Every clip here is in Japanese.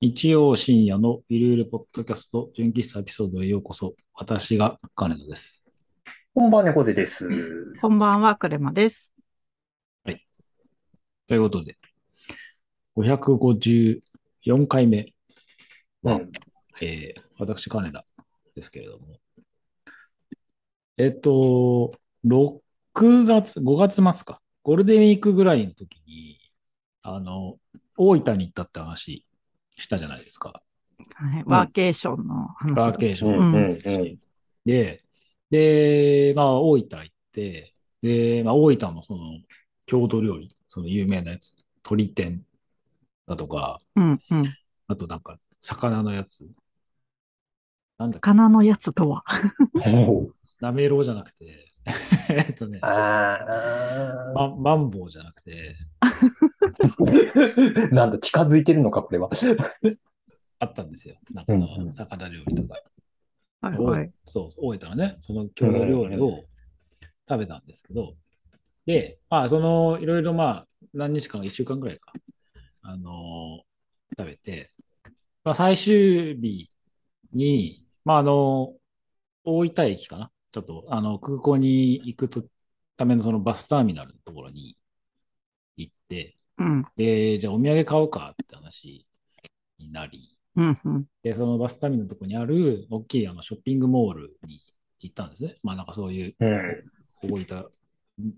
日曜深夜のゆるゆるポッドキャスト純喫茶エピソードへようこそ。私が金田です。こんばんは、猫背です。こんばんは、クレマです。ということで、554回目、うん。えー私金田ですけれども。えっと、6月、5月末か。ゴールデンウィークぐらいの時に、あの、大分に行ったって話したじゃないですか。はい、ワーケーションの話。バーケーション。うんで、で、まあ、大分行って、で、まあ、大分もその、郷土料理、その有名なやつ、鳥天だとか、うんうん。あとなんか、魚のやつ、なんだっけ、魚のやつとは。うん。なめろうじゃなくて、 えっとね、ああ。ま、マンボウじゃなくて、 なんだ、近づいてるのか、これは。あったんですよ。なんかうんうの、ん魚料理とか。はいはい。そう、大分のね、その郷土料理を食べたんですけど、で、まあ、その、いろいろまあ、何日間か、1週間ぐらいか、あのー食べて、まあ、最終日に、まあ、あの、大分駅かな、ちょっと、あの、空港に行くとためのそのバスターミナルのところに行って、うんで、じゃあお土産買おうかって話になり、うんうん。で、そのバスターミナルのとこにある大きいあのショッピングモールに行ったんですね。まあなんかそういううん。大分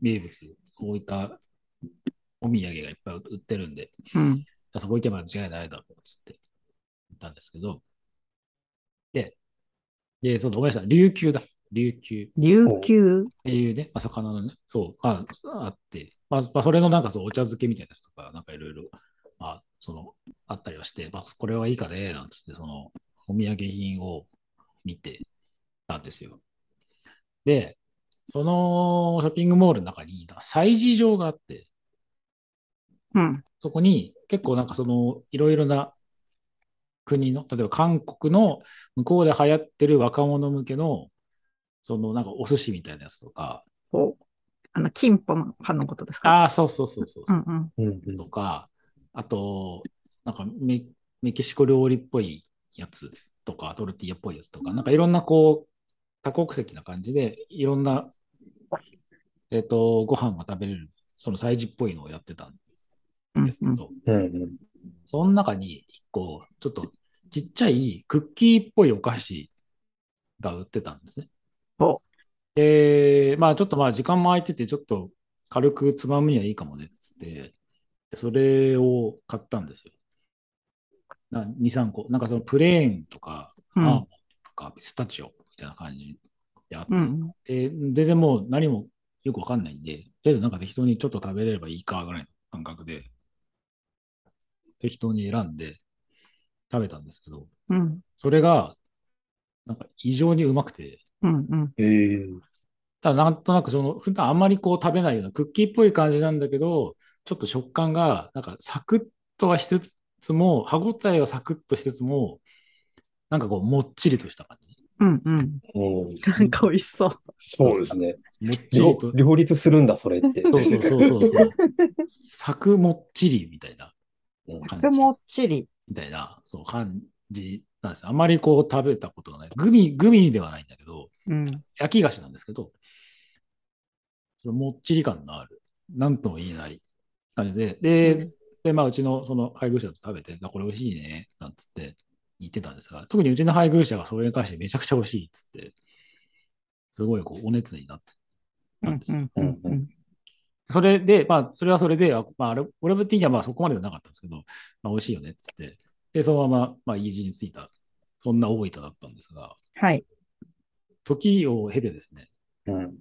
名物、大分お土産がいっぱい売ってるんで、うんあそこ行けば間違いないだろうっつって行ったんですけど、で、で、そうだ、ごめんなさい、琉球だ。琉球琉球。っていうね、まあ、魚のね、そう、まあ、あって、まあ、まあそれのなんかそう、お茶漬けみたいなやつとか、なんかいろいろ、まあ、その、あったりはして、まあ、これはいいかね、なんつって、その、お土産品を見てたんですよ。で、そのショッピングモールの中に、なんか催事場があって、うんそこに結構なんかその、いろいろな国の、例えば韓国の向こうで流行ってる若者向けの、そのなんかお寿司みたいなやつとか、おあの、金庫の歯のことですかああ、そうそうそうそううそんう、うん。うんとか、あと、なんかメメキシコ料理っぽいやつとか、トルティーヤっぽいやつとか、なんかいろんなこう、多国籍な感じで、いろんな、えっ、と、ご飯が食べれる、その催事っぽいのをやってたんうんですけうんど、うん。その中に一個、ちょっとちっちゃいクッキーっぽいお菓子が売ってたんですね。おで、まあちょっとまあ時間も空いてて、ちょっと軽くつまむにはいいかもねっつって、でそれを買ったんですよ。な2、3個。なんかそのプレーンとか、アうーモンんドとか、ピスタチオみたいな感じであって、うん。で全然もう何もよくわかんないんで、とりあえずなんか適当にちょっと食べれればいいかぐらいの感覚で、適当に選んで食べたんですけど、うんそれが、なんか異常にうまくて、うんうん。えーただなんとなくその、普段あんまりこう食べないようなクッキーっぽい感じなんだけど、ちょっと食感が、なんかサクッとはしつつも、歯ごたえはサクッとしつつも、なんかこう、もっちりとした感じ。うんうん。うんなんか美味しそう。そうですね。もっちり両と。両立するんだ、それって。そうそうそう そうそう。サクもっちりみたいな感じ。とてもっちり。みたいな、そう、感じなんですよ。あまりこう食べたことがない。グミ、グミではないんだけど、うん。焼き菓子なんですけど、そのもっちり感のある、なんとも言えない感じで、で、うんで、まあ、うちのその配偶者と食べて、あこれ美味しいね、なんつって言ってたんですが、特にうちの配偶者がそれに関してめちゃくちゃ美味しいっつって、すごいこう、お熱になってうたんんですうよ。んうんうん。それで、まあ、それはそれで、あまあ、あれ俺的にはまあそこまではなかったんですけど、まあ、美味しいよねっつって、で、そのまま、まあ、家路に着いた、そんな大分だったんですが、はい。時を経てですね、うん。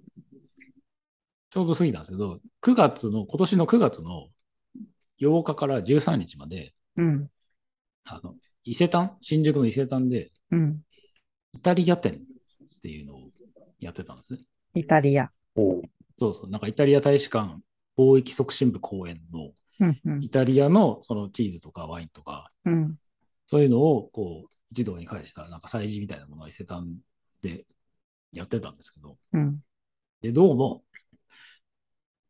ちょうど過ぎたんですけど、9月の、今年の9月の8日から13日まで、うんあの、伊勢丹、新宿の伊勢丹で、うん。イタリア店っていうのをやってたんですね。イタリア。おうそうそう、なんかイタリア大使館貿易促進部公園の、うんうんイタリアのそのチーズとかワインとか、うん。そういうのをこう児童に返したなんか催事みたいなものを伊勢丹でやってたんですけど、うん。でどうも、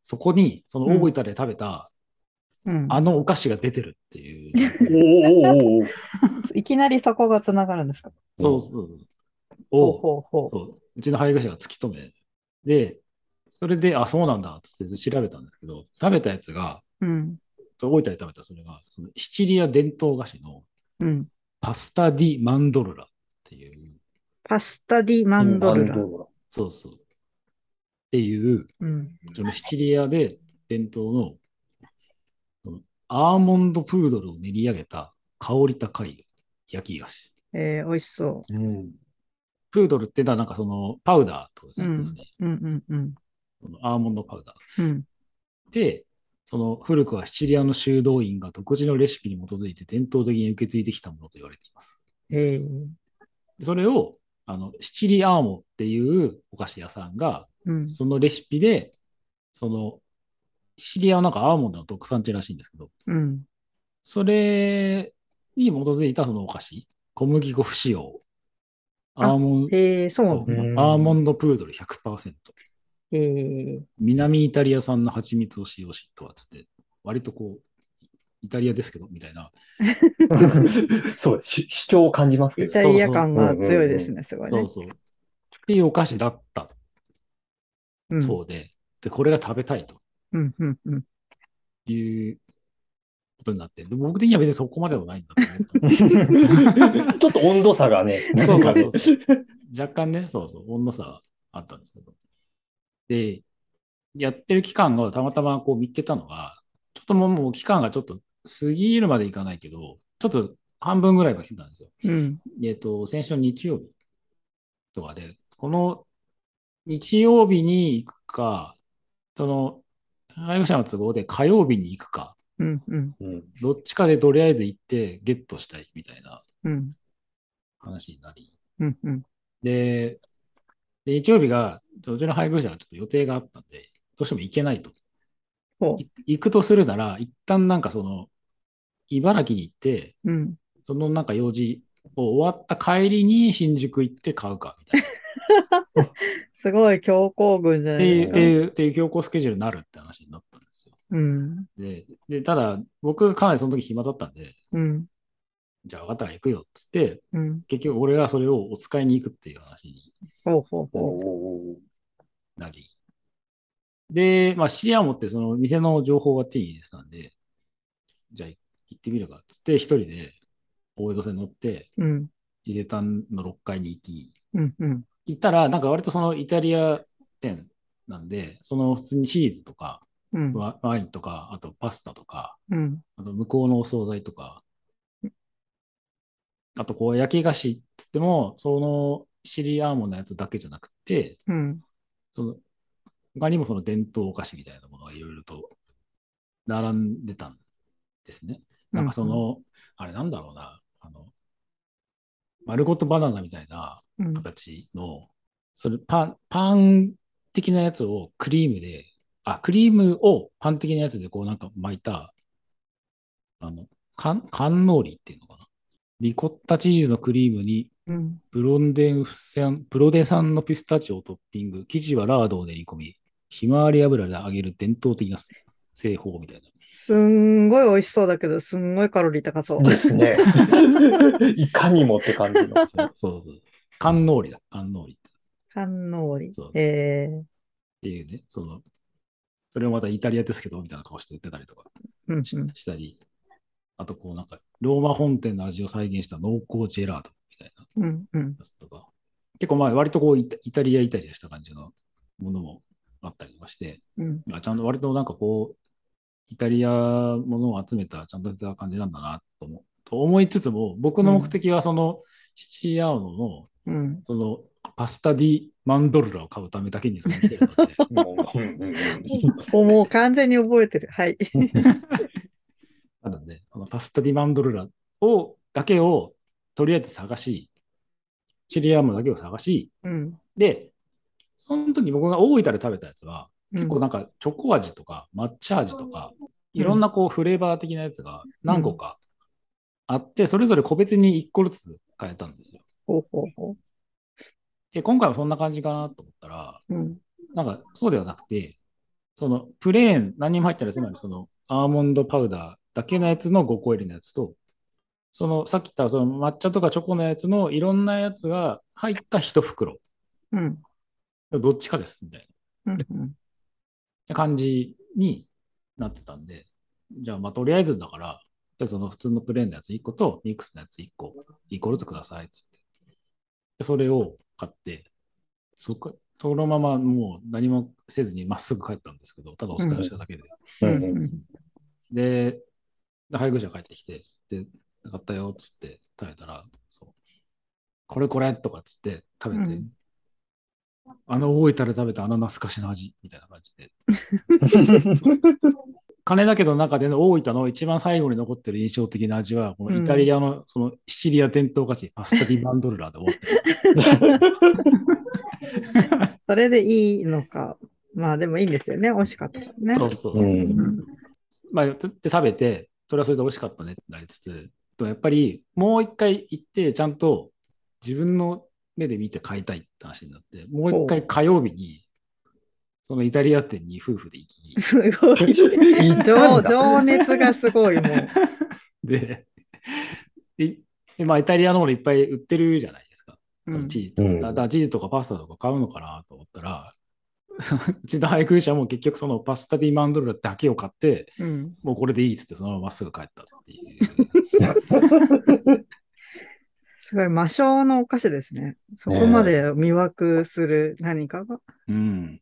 そこにその大分で食べたうん。あのお菓子が出てるっていう。 おーおーおーおーいきなりそこがつながるんですかそうそうそう。ほうをほうほう。そううちの配偶者が突き止め、で、それで、あ、そうなんだっつって調べたんですけど、食べたやつが、うん。大分で食べたそれが、そのシチリア伝統菓子のうん。パスタ・ディ・マンドルラっていう、パスタディマンドルラなる。ほどそうそう。っていう、うん。そのシチリアで伝統のそのアーモンドプードルを練り上げた香り高い焼き菓子。えー、美味しそうん。プードルってのはなんかそのパウダーとかですね、うんう。うんうんうん。そのアーモンドパウダー。うん。で、その古くはシチリアの修道院が独自のレシピに基づいて伝統的に受け継いできたものと言われています。えー。でそれをあのシチリアーモっていうお菓子屋さんが、うん。そのレシピで、そのシチリアはなんかアーモンドの特産地らしいんですけど、うん。それに基づいたそのお菓子、小麦粉不使用、アーモンド、えー、そうなんそだ。うアーモンドプードル100%、えー。南イタリア産の蜂蜜を使用しとはつって、割とこう、イタリアですけどみたいな、 そう、し主張を感じますけ イど。タリア感が強いですね、すごいそねう。そう。っていうお菓子だったうんそうで、で、これが食べたいとうんうんうん。いうことになって、で僕的には別にそこまではないんだと思ったんでちょっと温度差がね、なんかねそう若干ね、そうそう、温度差あったんですけど。で、やってる期間がたまたまこう見つけたのが、ちょっともうもう期間がちょっと過ぎるまでいかないけど、ちょっと半分ぐらいは来てたんですよ。うん。えっと、先週の日曜日とかで、この日曜日に行くか、その、配偶者の都合で火曜日に行くか、うんうんうんどっちかでとりあえず行ってゲットしたいみたいなうん話になり、うんうんで、で日曜日が、うちの配偶者がちょっと予定があったんで、どうしても行けないと。ほい行くとするなら、一旦なんかその、茨城に行って、ううんそのなんか用事を終わった帰りに新宿行って買うかみたいな。すごい強行軍じゃっないていでう、すっかて。いう、っていう強行スケジュールになるって話になったんですよ。うん。で、でただ、僕がかなりその時暇だったんで、うん。じゃあ分かったから行くよっつって、うん。結局俺がそれをお使いに行くっていう話にほうほうおうほおうなり。で、まあ、シリア持ってその店の情報が手に入れてたんで、じゃあ行ってみるかっつって、一人で大江戸線乗って、う。うん。伊勢丹の6階に行き、うんうん。行ったら、なんか割とそのイタリア店なんで、その普通にチーズとか、うん。ワワインとか、あとパスタとか、うん。あの向こうのお惣菜とか、あとこう焼き菓子って言っても、そのシリアーモンのやつだけじゃなくて、うん。その他にもその伝統お菓子みたいなものがいろいろと並んでたんですね。なんかその、あれなんだろうな、あの、丸ごとバナナみたいなうん。形の、それパン、パン的なやつをクリームで、あ、クリームをパン的なやつでこうなんか巻いた、あの、カン、カンノーリっていうのかな。リコッタチーズのクリームに、うん。ブロンデン産、ブロデ産のピスタチオをトッピング、生地はラードを練り込み、ひまわり油で揚げる伝統的な製法みたいな。すんごい美味しそうだけど、すんごいカロリー高そうお う。です ね。いかにもって感じの。そうそうそう。カンノーリだ、カンノーリって。観音折そう。えー。っていうね、その、それをまたイタリアですけど、みたいな顔して売ってたりとかうんししたり、あとこうなんか、ローマ本店の味を再現した濃厚ジェラートみたいなうん。うんうん。やつとか、結構まあ割とこうイタイタリアイタリアした感じのものもあったりとかして、うん。あちゃんと割となんかこう、イタリアものを集めた、ちゃんとした感じなんだなと思と思いつつも、僕の目的はその、シチリアーノの、うん。その、パスタディマンドルラを買うためだけにその来てるので、もううんうんおもう完全に覚えてる。はい。なので、このパスタディマンドルラを、だけを、とりあえず探し、シリアムだけを探し、うん。で、その時僕が大分で食べたやつは、結結構なんかチョコ味とか抹茶味とか、いろんなこうフレーバー的なやつが何個かあって、それぞれ個別に1個ずつ変えたんですよ。ほうほうほで、今回もそんな感じかなと思ったら、う。うん。なんかそうではなくて、そのプレーン、何にも入ってない、つまりそのアーモンドパウダーだけのやつの5個入りのやつと、そのさっき言ったその抹茶とかチョコのやつのいろんなやつが入った一袋。うん。どっちかですみたいうんうんな感じになってたんで、じゃあまあとりあえずだから、でその普通のプレーンのやつ1個とミックスのやつ1個、1個ずつくださいっつって。でそれを買って、そこ、そのままもう何もせずにまっすぐ帰ったんですけど、ただお使いをしただけで。ううんんうんで、で配偶者帰ってきて、で、買ったよっつって食べたら、そうこれこれとかっつって食べて、うんあの大分で食べたあの懐かしの味みたいな感じで、金だけど中での大分の一番最後に残ってる印象的な味は、このイタリアのそのシチリア伝統菓子、パスタディマンドルラで終わってる。それでいいのか。まあでもいいんですよね。美味しかったからね。そうそう。うんうんまあ、で食べて、それはそれで美味しかったねってなりつつ、とやっぱりもう一回行って、ちゃんと自分の目で見て買いたいって話になって、もう一回火曜日に、そのイタリア店に夫婦で行き、すごい。行った情んだ情熱がすごい、もう。で、ででまあ、イタリアのものいっぱい売ってるじゃないですか。うそんのチーズとか、うんだからチーズとかパスタとか買うのかなと思ったら、 そのうちの配偶者も結局そのパスタディマンドルラだけを買って、うんもうこれでいいっつってそのまままっすぐ帰ったっていう。 すごい、魔性のお菓子ですね。そこまで魅惑する何かが。うん。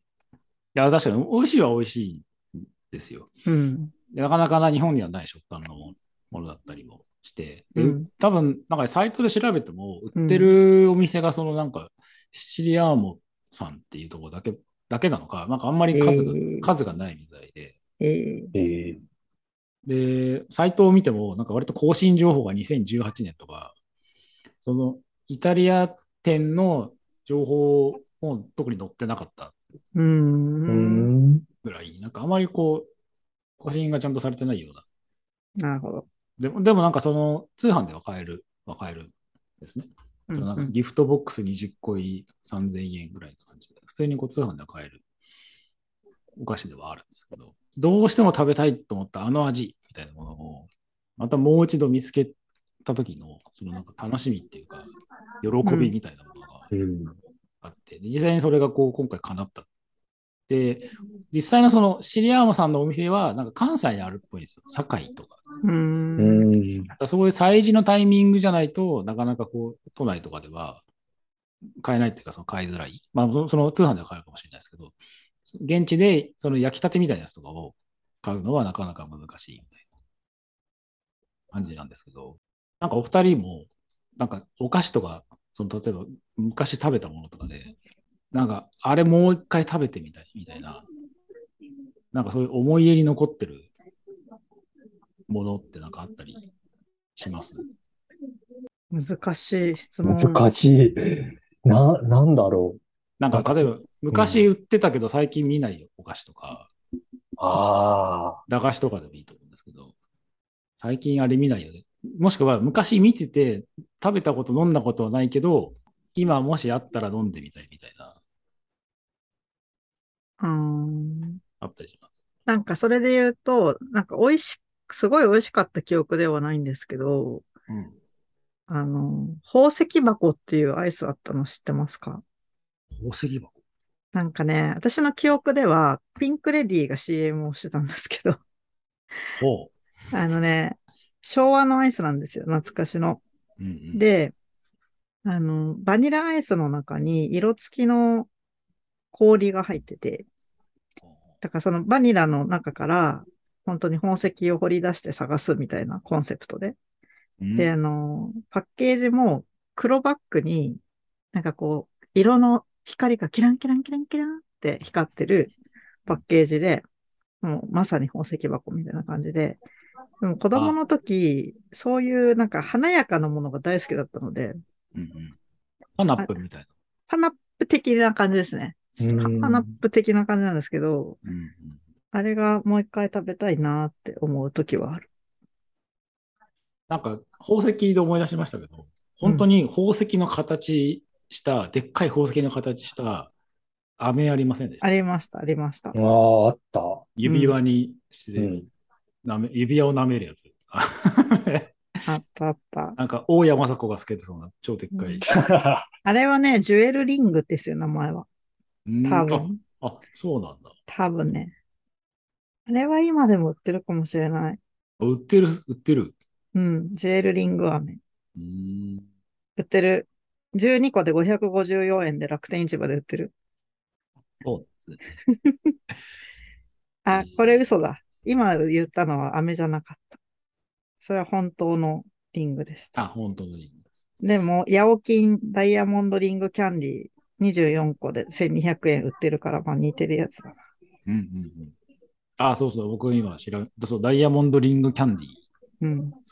いや、確かに、美味しいは美味しいんですよ。うん。でなかなかな日本にはない食感のものだったりもして、でうん多分、なんかサイトで調べても、売ってるお店が、そのなんか、シチリアーモさんっていうところだけ、だけなのか、なんかあんまり数が、えー数がないみたいで、えーえーで、サイトを見ても、なんか割と更新情報が2018年とか、そのイタリア店の情報も特に載ってなかったうー。うんんぐらい、なんかあまりこう、更新がちゃんとされてないような。なるほど。でも、でもなんかその通販では買える、は買えるんですね。うんなんうかんギフトボックス20個入り3000円ぐらいの感じで、普通にこう通販では買えるお菓子ではあるんですけど、どうしても食べたいと思ったあの味みたいなものを、またもう一度見つけた時の、そのなんか楽しみっていうか、喜びみたいなものがうんあって、で実際にそれがこう今回叶った。で、実際のそのシリアーマさんのお店は、なんか関西にあるっぽいんですよ。堺とか。うー。うんんだからそういう催事のタイミングじゃないとなかなかこう、都内とかでは買えないっていうか、その買いづらい。まあ、そその通販では買えるかもしれないですけど、現地でその焼きたてみたいなやつとかを買うのはなかなか難しいみたいな感じなんですけど、なんかお二人も、なんかお菓子とか、その例えば昔食べたものとかで、なんかあれもう一回食べてみたいみたいな、なんかそういう思い入れに残ってるものってなんかあったりします難しい質問。難しい。な、なんだろう。なんかなんか例えば昔売ってたけど最近見ないお菓子とか、あ駄菓子とかでもいいと思うんですけど、最近あれ見ないよね。もしくは昔見てて食べたこと飲んだことはないけど、今もしあったら飲んでみたいみたいな、うーん。あったりします。なんかそれで言うと、なんか美味し、すごい美味しかった記憶ではないんですけど、うん。あの、宝石箱っていうアイスあったの知ってますか宝石箱。なんかね、私の記憶では、ピンクレディーが CM をしてたんですけど、 ほあのね、昭和のアイスなんですよ、懐かしの。う。うんうん、で、あの、バニラアイスの中に色付きの氷が入ってて、だからそのバニラの中から、本当に宝石を掘り出して探すみたいなコンセプトで。うん、で、あの、パッケージも黒バッグに、なんかこう、色の光がキランキランキランキランって光ってるパッケージで、もうまさに宝石箱みたいな感じで、でも子供の時、そういうなんか華やかなものが大好きだったので、うんうん、パナップみたいパナップ的な感じですね。うんパナップ的な感じなんですけど、な。うんうん、あれがもう一回食べたいなって思う時はある。なんか宝石で思い出しましたけど、本当に宝石の形した、でっかい宝石の形した飴ありませんでしあたりました、ありましたあ。。ああ、あった。指輪にして、うん。なめ指輪を舐めるや つ。ああったあった。なんか、大山雅子が透けてそうな、超でっかい。あれはね、ジュエルリングですよ、名前は。うん多分。あ。あ、そうなんだ。多分ね。あれは今でも売ってるかもしれない。あ売ってる、売ってる。うん、ジュエルリング飴。うーん。売ってる。12個で554円で楽天市場で売ってる。そうですね。あ、これ嘘だ。今言ったのは飴じゃなかった。それは本当のリングでした。あ、本当に。でも、ヤオキンダイヤモンドリングキャンディー24個で1200円売ってるから、まあ似てるやつだな。うんうんうん。あ、そうそう、僕今知らん。そう、ダイヤモンドリングキャンディーうん。かな。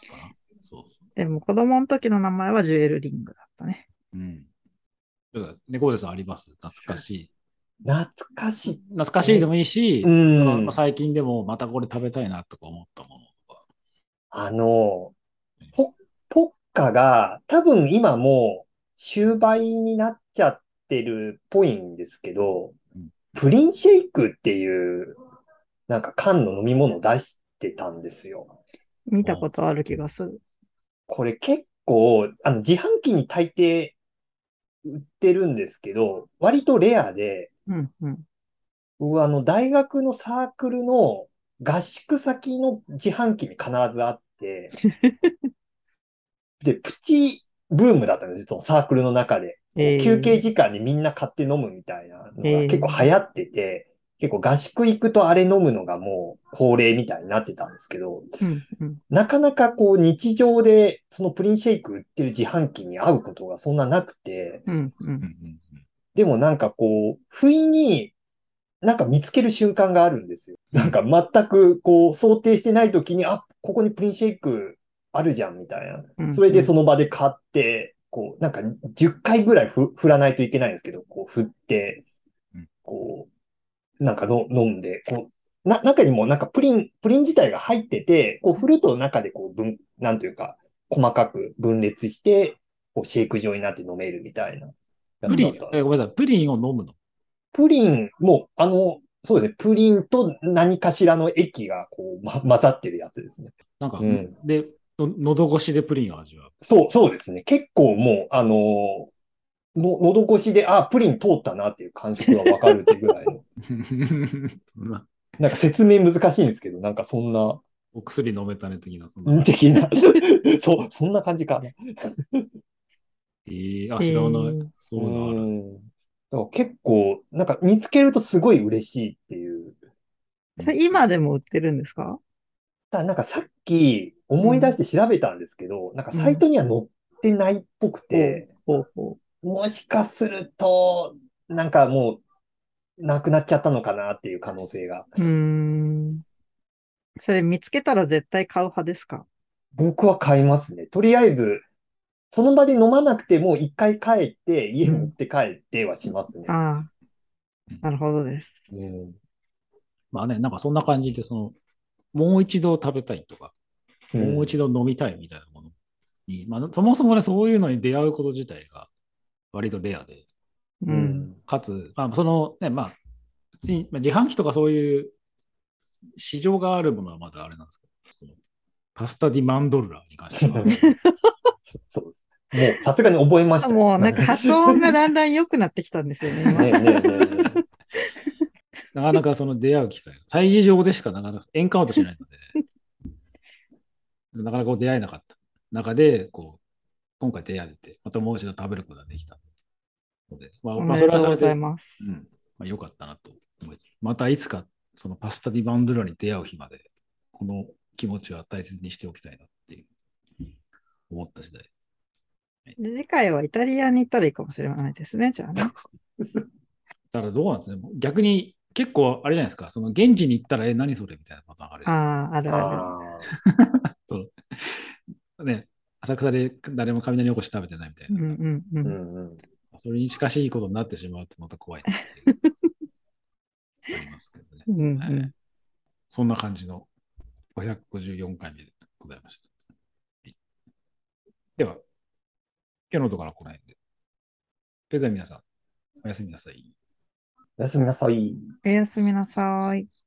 そうそでも子供の時の名前はジュエルリングだったね。う。うん。だから、猫背さんあります懐かしい。 懐かしい。懐かしいでもいいし、うそのんまあ。最近でもまたこれ食べたいなとか思ったものは。あの、ポポッカが多分今もう終売になっちゃってるっぽいんですけどうん、プリンシェイクっていうなんか缶の飲み物を出してたんですよ。見たことある気がする。これ結構、あの、自販機に大抵売ってるんですけど、割とレアで、うんうん。僕あの、大学のサークルの合宿先の自販機に必ずあって、で、プチブームだったんですよ、そのサークルの中で。えー休憩時間にみんな買って飲むみたいなのがえー結構流行ってて、結構合宿行くとあれ飲むのがもう恒例みたいになってたんですけど、うんうん。なかなかこう日常でそのプリンシェイク売ってる自販機に会うことがそんななくて、うんううんん。うんうん。でもなんかこう、不意になんか見つける瞬間があるんですよ。なんか全くこう想定してない時に、あ、ここにプリンシェイクあるじゃんみたいな。うんそれでその場で買って、こう、なんか10回ぐらいふ振らないといけないんですけど、こう振ってうん、こう、なんかの飲んで、こう、な、中にもなんかプリン、プリン自体が入ってて、こう振ると中でこう分、なんというか、細かく分裂して、こうシェイク状になって飲めるみたいなプやつだリっンた、えごめんなさい、プリンを飲むの。プリン、もう、あの、そうですね、プリンと何かしらの液がこう、ま、混ざってるやつですね。なんか、うんで、の喉越しでプリンを味わう。 そう、そうですね。結構もう、あのの、喉越しで、あ、プリン通ったなっていう感触がわかるっていうぐらいの。 そんななんか説明難しいんですけど、なんかそんな、お薬飲めたね的な、そんうんな。的な、 そう、そんな感じかな。えー、あ、知らない。えーそういうのある。ん。だから結構、なんか見つけるとすごい嬉しいっていう。それ今でも売ってるんですかただなんかさっき思い出して調べたんですけど、なんかサイトには載ってないっぽくて、ほうほもしかすると、なんかもう、なくなっちゃったのかなっていう可能性が。う。うーん。それ見つけたら絶対買う派ですか僕は買いますね。とりあえず、その場で飲まなくても一回帰って、家持って帰ってはしますね。ああうん。なるほどです。うん。まあね、なんかそんな感じで、その、もう一度食べたいとか、うんもう一度飲みたいみたいなものに、まあ、そもそもね、そういうのに出会うこと自体が割とレアで、う。うんん。かつ、まあ、そのね、まあ、別にまあ自販機とかそういう市場があるものはまだあれなんですけど、そのパスタディマンドルラに関しては、そそうです。もうさすがに覚えましたよ。もうなんか発音がだんだん良くなってきたんですよね、今ねえねえねえねえなかなかその出会う機会が、催事場でしかなかなかエンカウントしないので、なかなかこう出会えなかった中で、こう、今回出会えて、またもう一度食べることができたので、まあ、おまあ、めそでれとはそれうござでい、ますう。ん、まあ、良かったなと思います。またいつか、そのパスタディバンドゥラに出会う日まで、この気持ちは大切にしておきたいなっていう、思った次第。で次回はイタリアに行ったらいいかもしれないですね、じゃあね。だからどうなんですかね、逆に結構あれじゃないですか、その現地に行ったら、え、何それみたいなパターンある。ああ、あるある。あそう。ね、浅草で誰も雷おこし食べてないみたいうんな。うんう。ーうんんうんそれに近しいことになってしまうとまた怖いな っていう。ありますけどね。うんうんはいそんな感じの554回目でございました。はいでは、今日のところはこの辺で。それでは皆さん、おやすみなさい。おやすみなさい。おやすみなさい。